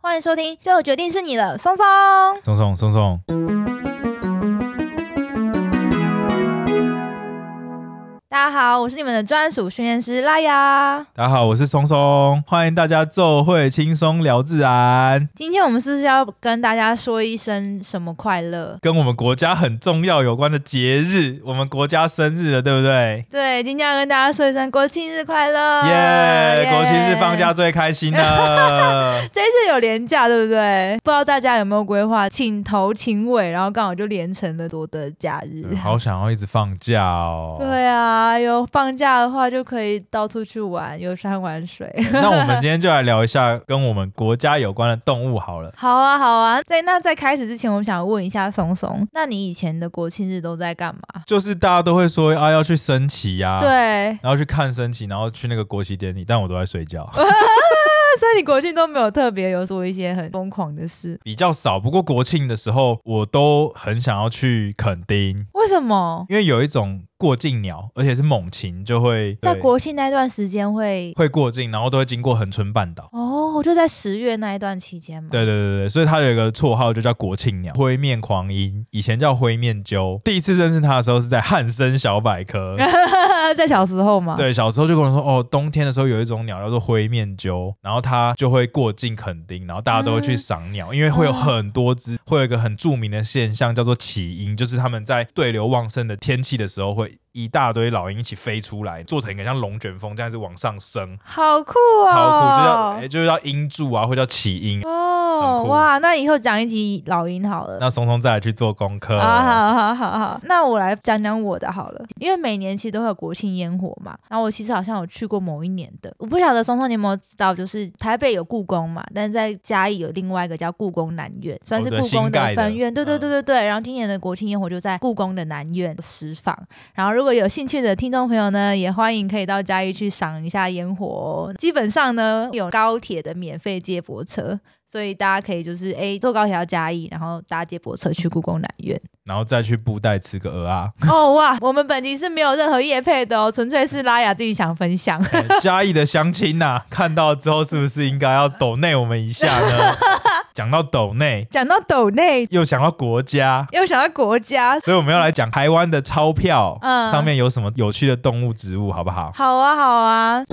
欢迎收听《就决定是你了》，松松。松松松松，大家好，我是你们的专属训练师拉雅。大家好，我是松松，欢迎大家奏会轻松聊自然，今天我们是不是要跟大家说一声什么快乐？跟我们国家很重要有关的节日，我们国家生日了，对不对？对，今天要跟大家说一声国庆日快乐！耶、呃耶国庆日放假。最开 心的这一次有连假，对不对？不知道大家有没有规划请头请尾，然后刚好就连成了多的假日。嗯好想要一直放假哦。对啊，有放假的话就可以到处去玩，游山玩水。那我们今天就来聊一 下跟我们国家有关的动物好了。好啊，好啊。在那在开始之前，我想问一下松松，那你以前的国庆日都在干嘛？就是大家都会说啊，要去升旗呀、对，然后去看升旗，然后去那个国旗典礼，但我都在 睡觉，那所以你国庆都没有特别有做一些很疯狂的事，比较少。不过国庆的时候，我都很想要去垦丁，为什么？因为有一种过境鸟，而且是猛禽，就会在对国庆那段时间会会过境，然后都会经过恒春半岛。哦，就在十月那一段期间嘛。对对对对，所以它有一个绰号就叫国庆鸟，灰面狂鹰，以前叫灰面鸠。第一次认识它的时候是在汉森小百科。 在小时候嘛。对，小时候就跟我说，哦，冬天的时候有一种鸟叫做灰面鸠，然后它就会过境垦丁，然后大家都会嗯去赏鸟，因为会有很多只，会有一个很著名的现象叫做起鹰，就是它们在对流旺盛的天气的时候，会一大堆老鹰一起飞出来，做成一个像龙卷风这样子往上升，好酷超酷，就叫、哦！诶就叫鹰柱啊，或叫起鹰。哦很，酷哇，那以后讲一集老鹰好了。那松松再来去做功课。啊，好好好好，那我来讲讲我的好了，因为每年其实都会有国庆烟火嘛，然后我其实好像有去过某一年的，我不晓得松松你有没有知道，就是台北有故宫嘛，但是在嘉义有另外一个叫故宫南院，算是哦对故宫新盖的分院，对对嗯对对对，然后今年的国庆烟火就在故宫的南院释放，然后如果有兴趣的听众朋友呢，也欢迎可以到嘉义去赏一下烟火哦、基本上呢有高铁的免费接驳车。所以大家可以就是诶坐高铁到嘉义，然后搭接驳车去故宫南院。然后再去布袋吃个鹅啊。 哦哇，我们本集是没有任何业配的哦，纯粹是拉雅自己想分享。 诶嘉义的乡亲呐，看到之后是不是应该要抖内我们一下 呢？讲到抖内，讲到斗内，又想到国家，又想到国家，所以我们要来讲台湾的钞票、嗯上面有什么有趣的动物、植物，好不好？好啊好啊，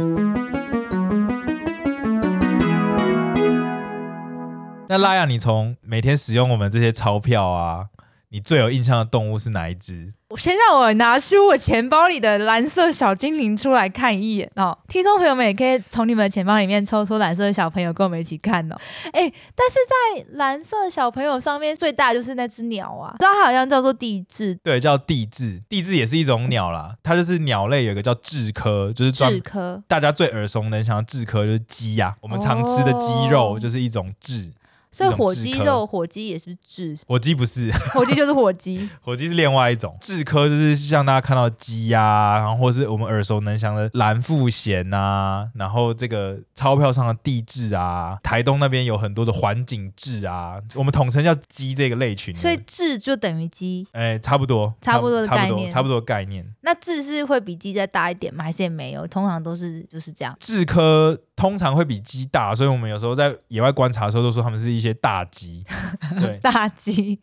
那拉雅，你从每天使用我们这些钞票啊，你最有印象的动物是哪一只？我先让我拿出我钱包里的蓝色小精灵出来看一眼哦。听众朋友们也可以从你们的钱包里面抽出蓝色的小朋友，跟我们一起看哦。哎，但是在蓝色小朋友上面最大就是那只鸟啊，知道它好像叫做地质对，叫地雉。地雉也是一种鸟啦，它就是鸟类有一个叫雉科，就是专雉科。大家最耳熟能详的雉科就是鸡呀、我们常吃的鸡肉哦就是一种雉。所以一种火雉鸡科肉，火鸡也是雉，火鸡不是，火鸡就是火鸡。火鸡是另外一种。雉科就是像大家看到的鸡呀、然后或是我们耳熟能详的蓝腹鹇啊，然后这个钞票上的地雉啊，台东那边有很多的环颈雉啊，我们统称叫鸡这个类群。所以雉就等于鸡，哎，差不多，差不多的差概不念多，差不多的概念。那字是会比鸡再大一点吗？还是也没有？通常都是就是这样。雉科通常会比鸡大，所以我们有时候在野外观察的时候都说它们是一些大鸡。 对，大鸡，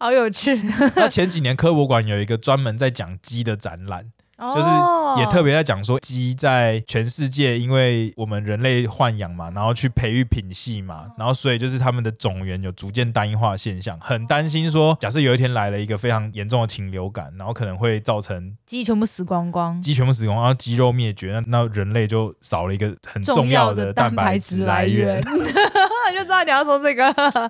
好有 趣，那前几年科博馆有一个专门在讲鸡的展览，就是也特别别在讲说鸡在全世界，因为我们人类豢养嘛，然后去培育品系嘛，然后所以就是它们的种源有逐渐单一化的现象，很担心说，假设有一天来了一个非常严重的禽流感，然后可能会造成鸡全部死光光。鸡全部死亡，然后鸡肉灭绝，那那人类就少了一个很重要要的蛋蛋白质质来源 源，。就知道你要说这个。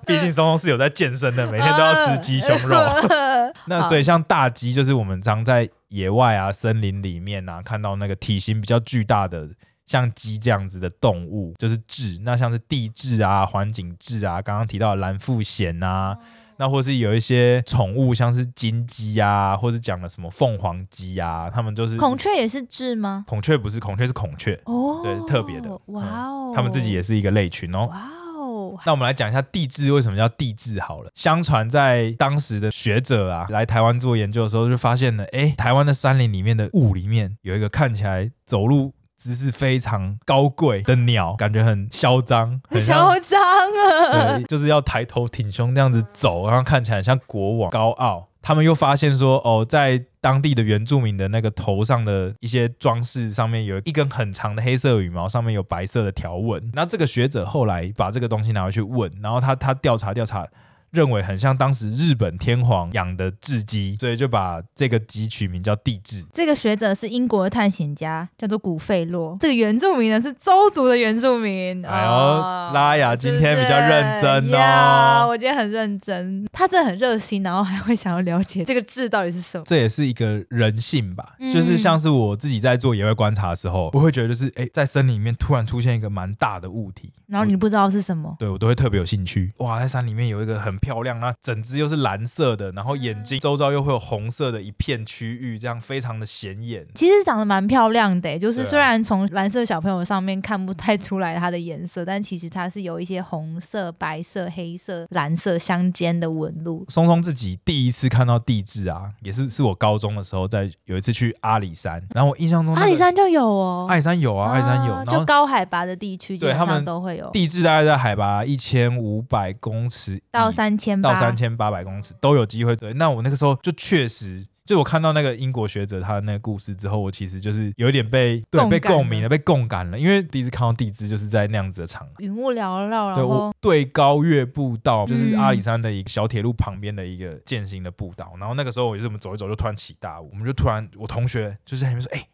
毕竟松松是有在健身的，每天都要吃鸡胸 肉。 啊那嗯所以像大鸡，就是我们常在野外啊、森林里面啊看到那个体型比较巨大的，像鸡这样子的动物，就是雉。那像是地雉啊、环颈雉啊，刚刚提到的蓝腹鹇哦啊。那或是有一些宠物，像是金鸡啊，或是讲了什么凤凰鸡啊，它们就是孔雀也是雉吗？孔雀不是孔雀是孔雀，哦，对特别的嗯哇哦，它们自己也是一个类群哦。哇哦， 那我们来讲一下地质为什么叫地质好了。相传在当时的学者啊来台湾做研究的时候，就发现了，哎，台湾的山林里面的雾里面有一个看起来走路。姿势非常高贵的鸟，感觉很嚣张，很像嚣张啊！ 对，就是要抬头挺胸这样子走，然后看起来像国王高傲。他们又发现说，哦，在当地的原住民的那个头上的一些装饰上面有一根很长的黑色羽毛，上面有白色的条纹。那这个学者后来把这个东西拿回去问，然后他他调查调查，认为很像当时日本天皇养的雉鸡，所以就把这个鸡取名叫地雉。这个学者是英国的探险家，叫做古费洛。这个原住民呢是周族的原住民。哎呦哦拉雅今天比较认真哦是不是呀我今天很认真。他真的很热心，然后还会想要了解这个字到底是什么。这也是一个人性吧，嗯就是像是我自己在做野外观察的时候，我会觉得就是，哎，在森林里面突然出现一个蛮大的物体，然后你不知道是什么，对我都会特别有兴趣。哇，在山里面有一个很漂亮，那整只又是蓝色的，然后眼嗯睛周遭又会有红色的一片区域，这样非常的显眼。其实长得蛮漂亮的、欸就是对啊虽然从蓝色小朋友上面看不太出来它的颜色，但其实它是有一些红色、白色、黑色、蓝色相间的纹路。松松自己第一次看到地质啊，也是是我高中的时候在，有一次去阿里山，然后我印象中、那阿个里山就有哦，阿里山有啊，阿里山有，然就后高海拔的地区基对本他们上都会有，地质大概在海拔一千五百公尺以到三千到八，三千八百公尺都有机会。对，那我那个时候就确实，就我看到那个英国学者他的那个故事之后，我其实就是有一点被对共被感共鸣了了，被共感了，因为第一次看到地质就是在那样子的场合。云雾缭绕，对然我后对高越步道，就是哦嗯阿里山的一个小铁路旁边的一个践行的步道。然后那个时候我就是我们走一走，就突然起大雾，我们就突然我同学就是在那边说，哎、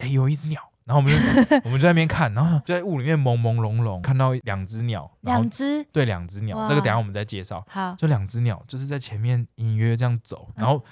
哎、有一只鸟。然后我们 就我们就在那边看，然后就在雾里面朦朦胧胧看到两只鸟，然后两只对两只鸟，这个等一下我们再介绍。好，就两只鸟，就是在前面隐约这样走，然后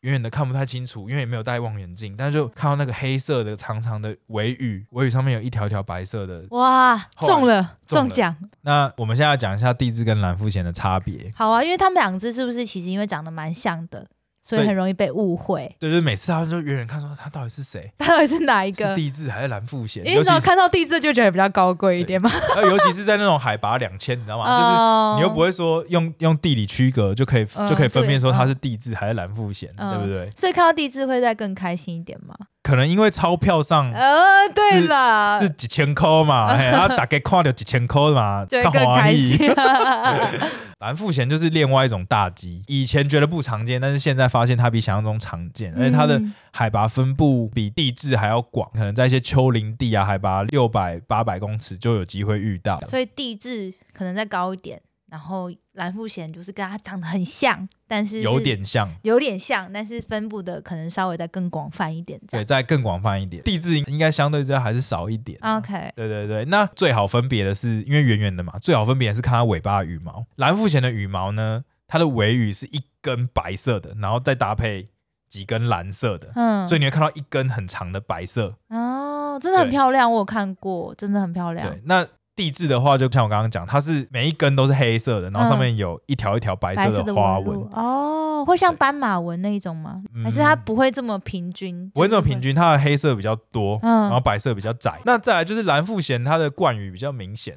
远远的看不太清楚，因为也没有戴望远镜，但是就看到那个黑色的长长的尾羽，尾羽上面有一条条白色的。哇，后来中了中了中奖，那我们现在讲一下地质跟蓝腹鹇的差别。好啊，因为他们两只是不是其实因为长得蛮像的，所所以以很容易被误会， 对，就是每次他们就远远看说它到底是谁，它到底是哪一是个？地质还是蓝腹鹇？因为你尤其只要看到地质就觉得比较高贵一点嘛，呃尤其是在那种海拔两千，你知道吗？就是哦你又不会说用用地理区隔就可以、嗯就可以分辨说它对是地质还是蓝腹鹇，嗯对不对？所以看到地质会再更开心一点嘛。可能因为钞票上呃，对了，嗯是几千块嘛，嘿，啊，大概看到几千块嘛， 就会较更开喜。心。啊 蓝腹鹇就是另外一种大鸡，以前觉得不常见，但是现在发现它比想象中常见，而且它哎的嗯海拔分布比地质还要广，可能在一些丘陵地啊，海拔六百、八百公尺就有机会遇到。所以地质可能再高一点，然后蓝富贤就是跟它长得很像，但是是有点像，有点像，但是分布的可能稍微再更广泛一点这对，样。再更广泛一点，地质应该相对之下还是少一点。 OK，对对对，那最好分别的是，因为圆圆的嘛，最好分别的是看它尾巴的羽毛。蓝腹鹇的羽毛呢，它的尾羽是一根白色的，然后再搭配几根蓝色的，嗯，所以你会看到一根很长的白色。哦，真的很对漂亮，我有看过，真的很漂亮对，，那地质的话，就像我刚刚讲，它是每一根都是黑色的，然后上面有一条一条白嗯白色色的花纹纹，嗯路哦，会像斑马纹那一种吗？还是它不会这么平均？不会这么就是平均，它的黑色比较多，嗯然后白色比较窄。那再来就是蓝腹鹇，它的冠羽比较明显，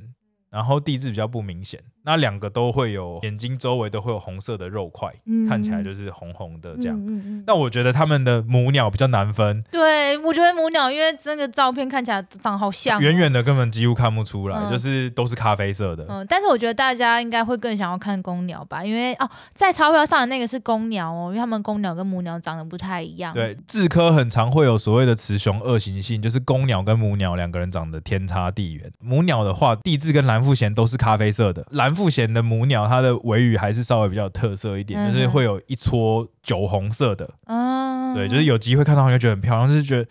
然后地质比较不明显。那两个都会有眼睛周围都会有红色的肉块，嗯看起来就是红红的嗯这样。嗯嗯那我觉得它们的母鸟比较难分，对，我觉得母鸟，因为这个照片看起来长得好像哦远远的根本几乎看不出来，嗯就是都是咖啡色的。嗯，但是我觉得大家应该会更想要看公鸟吧，因为哦，在钞票上的那个是公鸟哦，因为他们公鸟跟母鸟长得不太一样。对，雉科很常会有所谓的雌雄二行性，就是公鸟跟母鸟两个人长得天差地远。母鸟的话，地雉跟蓝腹鹇都是咖啡色的，蓝腹鹇的母鸟它的尾羽还是稍微比较有特色一点，就是嗯哼会有一撮酒红色的。嗯，对，就是有机会看到，你会觉得很漂亮，就是觉得。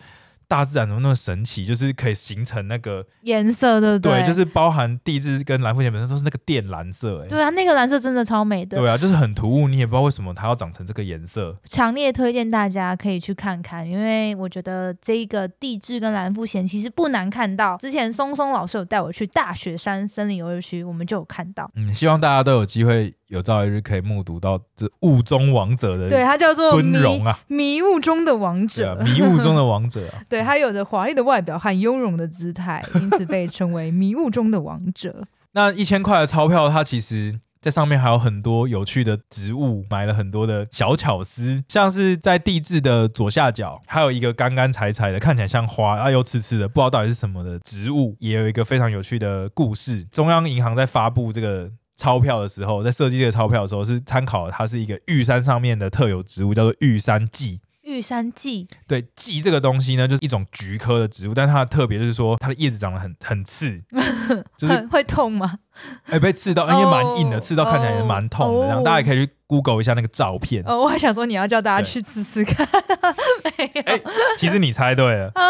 大自然怎么那么神奇？就是可以形成那个颜色，对不对，对，就是包含地质跟蓝腹鹇本身都是那个靛蓝色、欸，对啊，那个蓝色真的超美的，对啊，就是很突兀，你也不知道为什么它要长成这个颜色。强烈推荐大家可以去看看，因为我觉得这一个地质跟蓝富贤其实不难看到。之前松松老师有带我去大雪山森林游乐区，我们就有看到，嗯，希望大家都有机会有朝一日可以目睹到这雾中王者对，的它叫做尊迷荣啊，迷雾中的王对啊者，，迷雾中的王者 啊。对，他有着华丽的外表和雍容的姿态，因此被称为迷雾中的王者。那一千块的钞票，它其实在上面还有很多有趣的植物，买了很多的小巧思，像是在地质的左下角，还有一个干干柴柴的，看起来像花，啊又刺刺的，不知道到底是什么的植物，也有一个非常有趣的故事。中央银行在发布这个。钞票的时候，在设计这个钞票的时候，是参考了它是一个玉山上面的特有植物，叫做玉山蓟。玉山记对，蓟这个东西呢，就是一种菊科的植物，但是它的特别就是说，它的叶子长得很很刺，就是很会痛吗？哎、被刺到，因为蛮硬的，哦刺到看起来也蛮痛哦的。这样大家也可以去 Google 一下那个照片。哦，我还想说你要叫大家对去吃吃看， 没有、哎其实你猜对了，啊，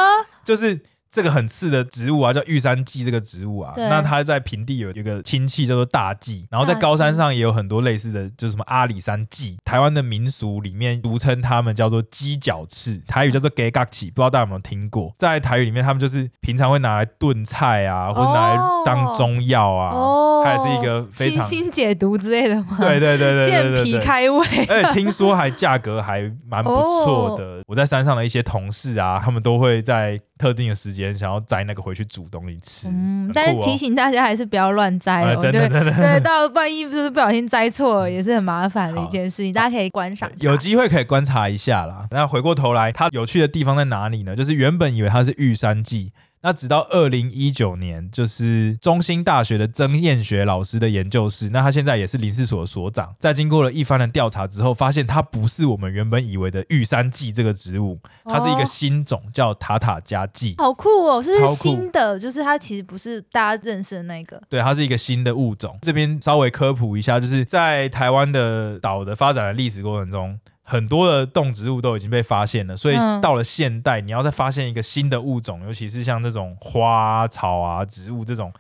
就是这个很刺的植物啊，叫玉山蓟这个植物啊。对那它在平地有一个亲戚叫做大蓟，然后在大高山蓟上也有很多类似的，就是什么阿里山蓟。台湾的民俗里面俗称它们叫做鸡脚翅，台语叫做 gay g a c i 不知道大家有没有听过？在台语里面，他们就是平常会拿来炖菜啊，或者拿来当哦中药啊。哦，它也是一个非清常心解毒之类的吗？对对对对对对健对脾开胃。 而且听说还价格还蛮不错的。哦我在山上的一些同事啊，他们都会在特定的时间想要摘那个回去煮东西吃。嗯很，但是酷哦提醒大家还是不要乱摘哎哦，真的嗯对对，到万一就是不小心摘错了，也是很麻烦的一件事情。大家可以观赏它。有机会可以观察一下啦。那回过头来，它有趣的地方在哪里呢？就是原本以为它是玉山记，那直到二零一九年，就是中兴大学的曾燕学老师的研究室，那他现在也是林氏所的所长。在经过了一番的调查之后，发现它不是我们原本以为的玉山记这个植物，它是一个哦新种，叫塔塔加蓟。好酷哦，是超酷新的，就是它其实不是大家认识的那个。对，它是一个新的物种。这边稍微科普一下，就是在台湾的岛的发展的历史过程中，很多的动植物都已经被发现了，所以嗯到了现代，你要再发现一个新的物种，尤其是像这种花啊、草啊、植物这种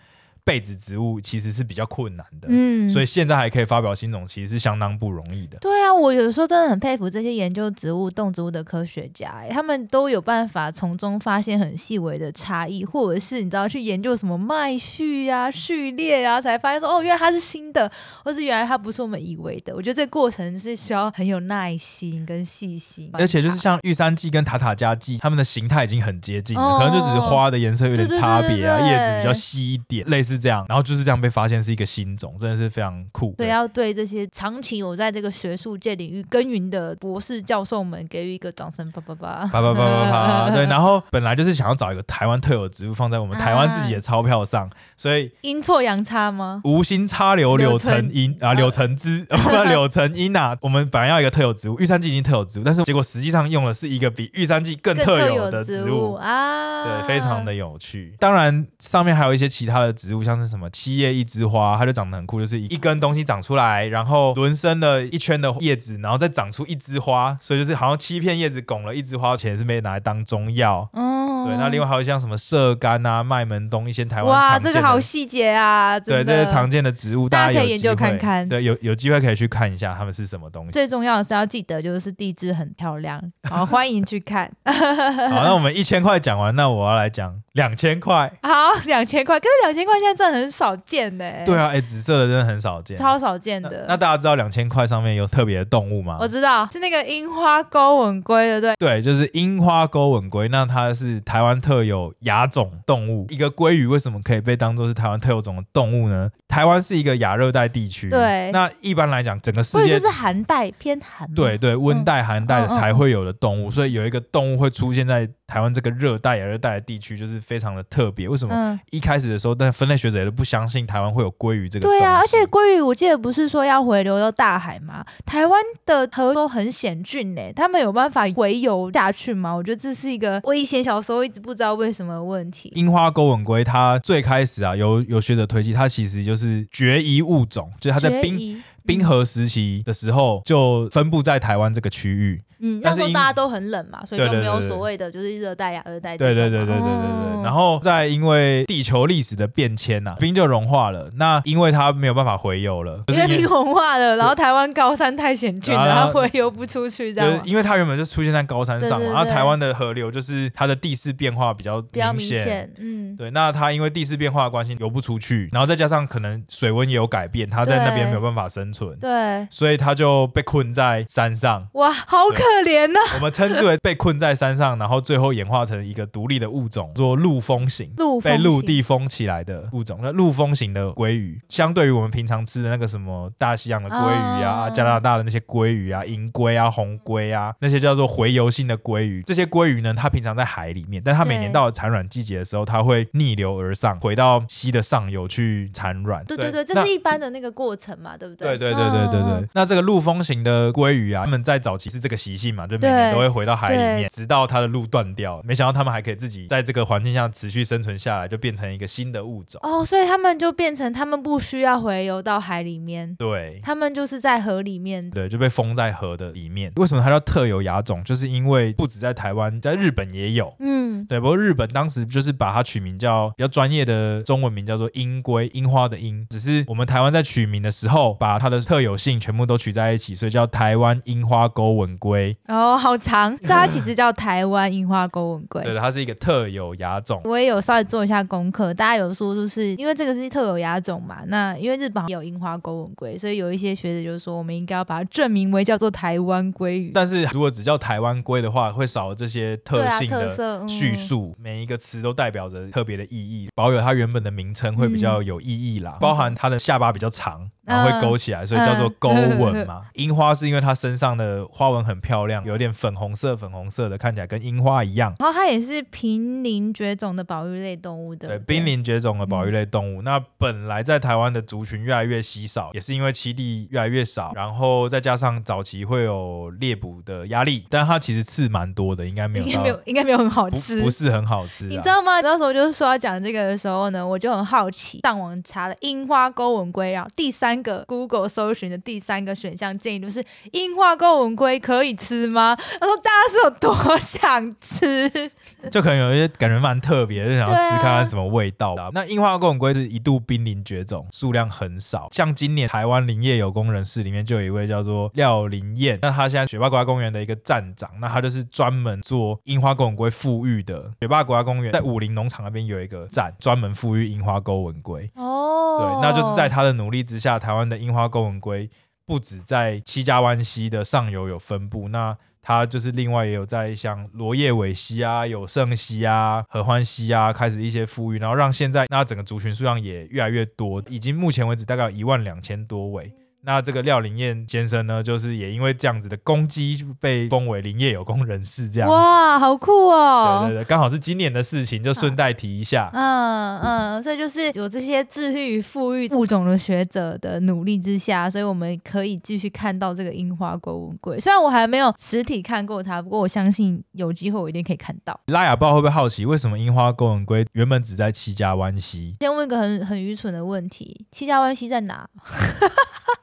被子植物，其实是比较困难的。嗯，所以现在还可以发表新种，其实是相当不容易的。对啊，我有时候真的很佩服这些研究植物、动植物的科学家、欸，他们都有办法从中发现很细微的差异，或者是你知道去研究什么脉序啊、序列啊，才发现说哦，原来它是新的，或是原来它不是我们以为的。我觉得这个过程是需要很有耐心跟细心，而且就是像玉山蓟跟塔塔加蓟，它们的形态已经很接近了，哦可能就只是花的颜色有点差别对对对对啊，对叶子比较稀一点，类似这样。然后就是这样被发现是一个新种，真的是非常酷。对，要对这些长期有在这个学术界领域耕耘的博士教授们给予一个掌声，叭叭叭。啪啪啪啪 啪，对。然后本来就是想要找一个台湾特有植物放在我们台湾自己的钞票上，所以阴错阳差吗？无心插柳柳成 荫啊，啊柳成枝不柳成荫啊。 我们本来要一个特有植物，玉山蓟已经特有植物，但是结果实际上用的是一个比玉山蓟更更特有有的植植物。啊，对，非常的有趣。当然，上面还有一些其他的植物，像是什么七叶一枝花，它就长得很酷，就是一根东西长出来，然后轮生了一圈的叶子，然后再长出一枝花，所以就是好像七片叶子拱了一枝花，钱是被拿来当中药。哦，对，那另外还有像什么射干啊、麦门冬一些台湾哇，常这见个的，好细节啊！对真这的些常见的植物，大家大有可以研究机会看看对，有有机会可以去看一下它们是什么东 西。最重要的是要记得，就是地质很漂亮，好欢迎去看。 好，那我们一千块讲完，那我要来讲两千块。好，两千块，可是两千块现在真的很少见呢、对啊，哎、紫色的真的很少见，超少见那的。那大家知道两千块上面有特别的动物吗 我？知道是那个樱花钩吻龟，对不对？对，就是樱花钩吻龟，那它是台湾特有亚种动物。一个鲑鱼为什么可以被当做是台湾特有种的动物呢？台湾是一个亚热带地区，对那一般来讲，整个世或者界就是寒带偏寒嘛，对对，温带、寒带嗯嗯才会有的动物，所以有一个动物会出现在台湾这个热带、亚热带的地区，就是非常的特别。为什么嗯，一开始的时候，但分类学者也都不相信台湾会有鲑鱼这个东西？对啊，而且鲑鱼我记得不是说要回流到大海吗？台湾的河都很险峻呢、他们有办法回游下去吗？我觉得这是一个我以前小时候一直不知道为什么的问题。樱花钩吻龟，它最开始啊，有有学者推计，它其实就是绝遗物种，就是它在决冰议冰河时期的时候就分布在台湾这个区域。嗯，那但是时候因大家都很冷嘛，所以对就对没有对对所谓的就是热带呀、热带哎这对种对嘛。对对对对对。哦然后再因为地球历史的变迁呐、啊，冰就融化了。那因为它没有办法回游了，就因是为冰融化了，然后台湾高山太险峻了，然它后回游不出去，这就样是吗因为它原本就出现在高山上嘛，对对对然后台湾的河流就是它的地势变化比较比较明显，显。嗯，对，那它因为地势变化的关系游不出去，然后再加上可能水温也有改变，它在那边对没有办法生生存，对，所以他就被困在山 上。哇，好可怜啊呐、我们称之为被困在山上，然后最后演化成一个独立的物种，做陆风型。陆被风陆型地封起来的物种，那陆风型的鲑鱼，相对于我们平常吃的那个什么大西洋的鲑鱼啊、啊加拿大的那些鲑鱼啊、银鲑啊、红鲑啊，那些叫做洄游性的鲑鱼，这些鲑鱼呢，它平常在海里面，但它每对年到了产卵季节的时候，它会逆流而上，回到溪的上游去产卵。对对对，这那是一般的那个过程嘛，对不对？对对对对对嗯对，那这个陆风型的鲑鱼啊，它们在早期是这个习性嘛，就每年对都会回到海里面，直到它的路断掉。没想到它们还可以自己在这个环境下持续生存下来，就变成一个新的物种。哦，所以他们就变成他们不需要回游到海里面，对。他们就是在河里面。对，就被封在河的里面。为什么它叫特有亚种？就是因为不止在台湾，在日本也有。嗯，对，不过日本当时就是把它取名叫比较专业的中文名叫做樱龟，樱花的樱。只是我们台湾在取名的时候，把它的特有性全部都取在一起，所以叫台湾樱花钩吻龟。哦，好长， 这它其实叫台湾樱花钩吻对龟。的，它是一个特有亚种。我也有稍微做一下功课，大家有说就是因为这个是特有亚种嘛，那因为日本也有樱花钩吻龟，所以有一些学者就说我们应该要把它证明为叫做台湾鲑鱼。但是如果只叫台湾龟的话，会少了这些对特嗯啊，性特的色叙、述，每一个词都代表着特别的意义，保有它原本的名称会比嗯较有意义啦。包含它的下巴比较长，然后会勾起来，所以叫做嗯勾吻 嘛。樱花是因为它身上的花纹很漂亮，有点粉红色、粉红色的，看起来跟樱花一样。嗯。然后它也是濒临绝种的保育类动物的，对，不濒临绝种的保育类动嗯物，那本来在台湾的族群越来越稀少，也是因为栖地越来越少，然后再加上早期会有猎捕的压力，但它其实刺蛮多的，应该没有应该到没有，应该没有很好不吃，不是很好吃啊。你知道吗？那时候就是说要讲这个的时候呢，我就很好奇，上网查了樱花钩吻龟，然后第三个 Google 搜寻的第三个选项建议就是樱花钩吻龟可以吃吗？他说大家是有多想吃？ 就可能有一些感觉蛮特别，就想要对啊吃看看什么味道的啊、那樱花钩吻龟是一度濒临绝种，数量很少。像今年台湾林业有工人士里面就有一位叫做廖林燕，那他现在雪霸国家公园的一个站长，那他就是专门做樱花钩吻龟富育的。雪霸国家公园在武林农场那边有一个站，专门富育樱花钩吻龟。对哦，，那就是在他的努力之下，台湾的樱花钩吻龟不止在七家湾溪的上游有分布，那它就是另外也有在像罗叶尾溪啊、有胜溪啊、合欢溪啊开始一些富裕，然后让现在那整个族群数量也越来越多，已经目前为止大概有一万两千多位。那这个廖林燕先生呢，就是也因为这样子的攻击，被封为林业有功人士这样。哦哇，好酷哦！对对对，刚好是今年的事情，就顺带提一下。嗯嗯，所以就是有这些致力于富裕物种的学者的努力之下，所以我们可以继续看到这个樱花钩吻龟。虽然我还没有实体看过它，不过我相信有机会我一定可以看到。拉雅豹会不会好奇，为什么樱花钩吻龟原本只在七家湾溪？先问一个很很愚蠢的问题：七家湾溪在哪？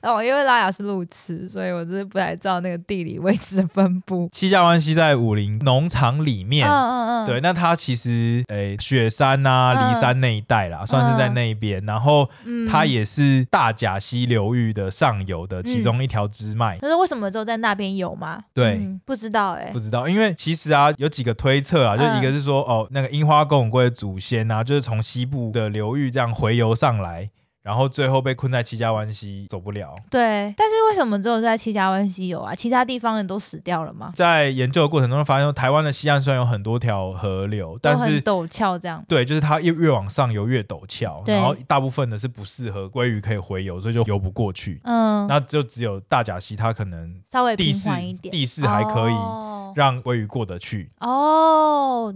哦，因为拉雅是路痴，所以我真是不太知道那个地理位置的分布。七家湾溪在武林农场里面。嗯对，，那它其实诶、雪山呐、嗯啊、骊山那一带啦，算是在那一边。然后嗯它。也是大甲溪流域的上游的其中一条支脉。他说：“为什么只有在那边有吗？”对嗯不知道哎、不知道，因为其实啊，有几个推测啊，就嗯一个是说，哦，那个樱花公吻龟的祖先啊，就是从西部的流域这样回游上来，然后最后被困在七家湾溪，走不了。对，但是为什么只有在七家湾溪有啊？其他地方人都死掉了吗？在研究的过程中，发现说台湾的西岸虽然有很多条河流，但都很是陡峭这样。对，就是它越越往上游越陡峭，对然后大部分的是不适合鲑鱼可以回游，所以就游不过去。嗯，那就只有大甲溪，它可能稍微地平势缓一点，地势还可以哦，让鲑鱼过得去。哦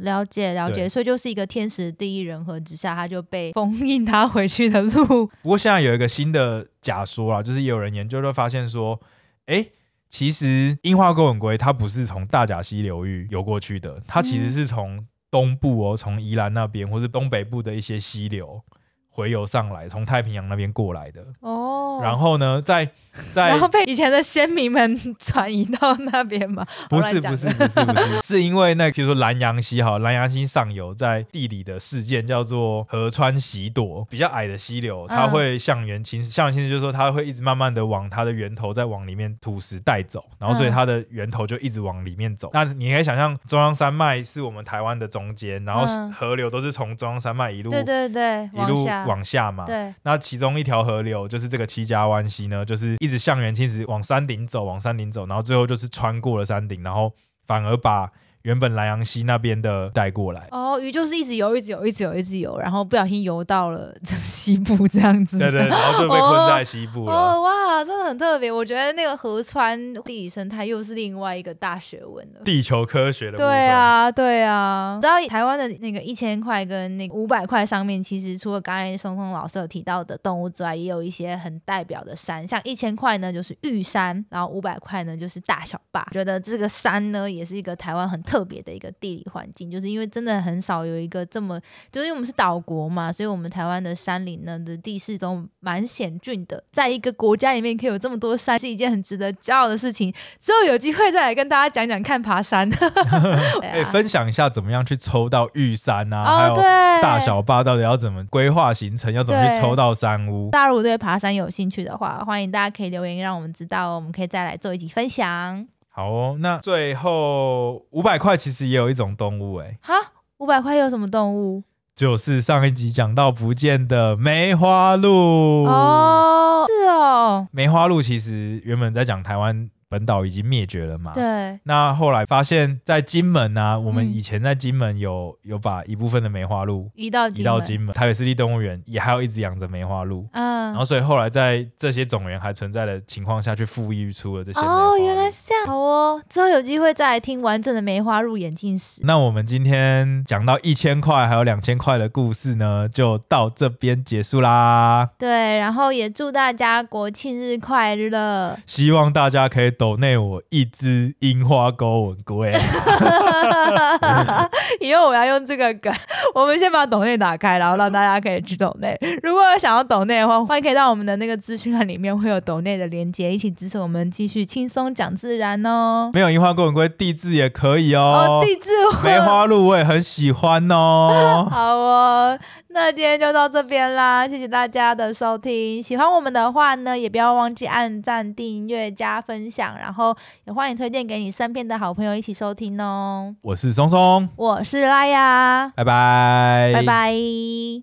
了解了解，对所以就是一个天时地利人和之下，他就被封印他回去的路。不过现在有一个新的假说啦，就是也有人研究就发现说，哎，其实樱花钩吻龟它不是从大甲溪流域游过去的，它其实是从东部哦，从宜兰那边或是东北部的一些溪流回游上来，从太平洋那边过来的。哦，然 后呢，在在然后被以前的先民们 转移到那边 嘛？不我乱是讲不的是不是不 是，是因为那个比如说南洋溪哈，南洋溪上游在地理的事件叫做河川洗朵，比较矮的溪流，它嗯会向源侵蚀，向源侵蚀就是说它会一直慢慢的往它的源头再往里面土石带走，然后所以嗯它的源头就一直往里面走。那你可以想象中央山脉是我们台湾的中间，然后嗯河流都是从中央山脉一路对对对，一路下往下嘛。对，那其中一条河流就是这个七家湾溪呢，就是一直向原青石往山顶走，往山顶走，然后最后就是穿过了山顶，然后反而把原本莱阳溪那边的带过来。哦，鱼就是一直游，一直游，一直游，一直游，然后不小心游到了就是西部这样子。 对对，然后就被困在西部了。哦哇，真的很特别。我觉得那个河川地理生态又是另外一个大学问了。地球科学的部分对，啊，对啊，你知道台湾的那个一千块跟那个五百块上面，其实除了刚才松松老师有提到的动物之外，也有一些很代表的山，像一千块呢就是玉山，然后五百块呢就是大小坝。觉得这个山呢也是一个台湾很特别的一个地理环境，就是因为真的很少有一个这么，就是因为我们是岛国嘛，所以我们台湾的山林呢的地势都蛮险峻的，在一个国家里面可以有这么多山，是一件很值得骄傲的事情。之后有机会再来跟大家讲讲看爬 山。对可以啊哎分享一下怎么样去抽到玉山啊，还哦，有对，大小坝到底要怎么规划行程，要怎么去对抽到山屋。大家如果对爬山有兴趣的话，欢迎大家可以留言让我们知道哦，我们可以再来做一集分享。好哦，那最后五百块其实也有一种动物、欸，哎，哈，五百块有什么动物？就是上一集讲到福建的梅花鹿。哦，是哦，梅花鹿其实原本在讲台湾本岛已经灭绝了嘛。。对，那后来发现，在金门啊，我们嗯以前在金门有、有把一部分的梅花鹿移到移到金金门，台北市立动物园也还有一直养着梅花鹿。门，然嗯后，，所以后来在这些种源还存在的情况下，去富育出了这些梅花哦，鹿。原来是这样，好哦，之后有机会再来听完整的梅花鹿眼镜史。那我们今天讲到一千块还有两千块的故事呢，就到这边结束啦。对，然后也祝大家国庆日快乐。希望大家可以抖内我一只樱花勾吻龟。 以后我要用这个梗， 我们先把抖内打开，然后让大家可以去抖内。 如果想要抖内的话，欢迎可以到我们的那个资讯栏里面会有抖内的连接，一起支持我们继续轻松讲自然哦。没有樱花勾吻龟，地质也可以哦哦，。地质梅花鹿我也很喜欢哦。好哦，那今天就到这边啦，谢谢大家的收听。喜欢我们的话呢，也不要忘记按赞、订阅、加分享，然后也欢迎推荐给你身边的好朋友一起收听哦。我是松松，我是拉雅，哎拜拜，拜拜。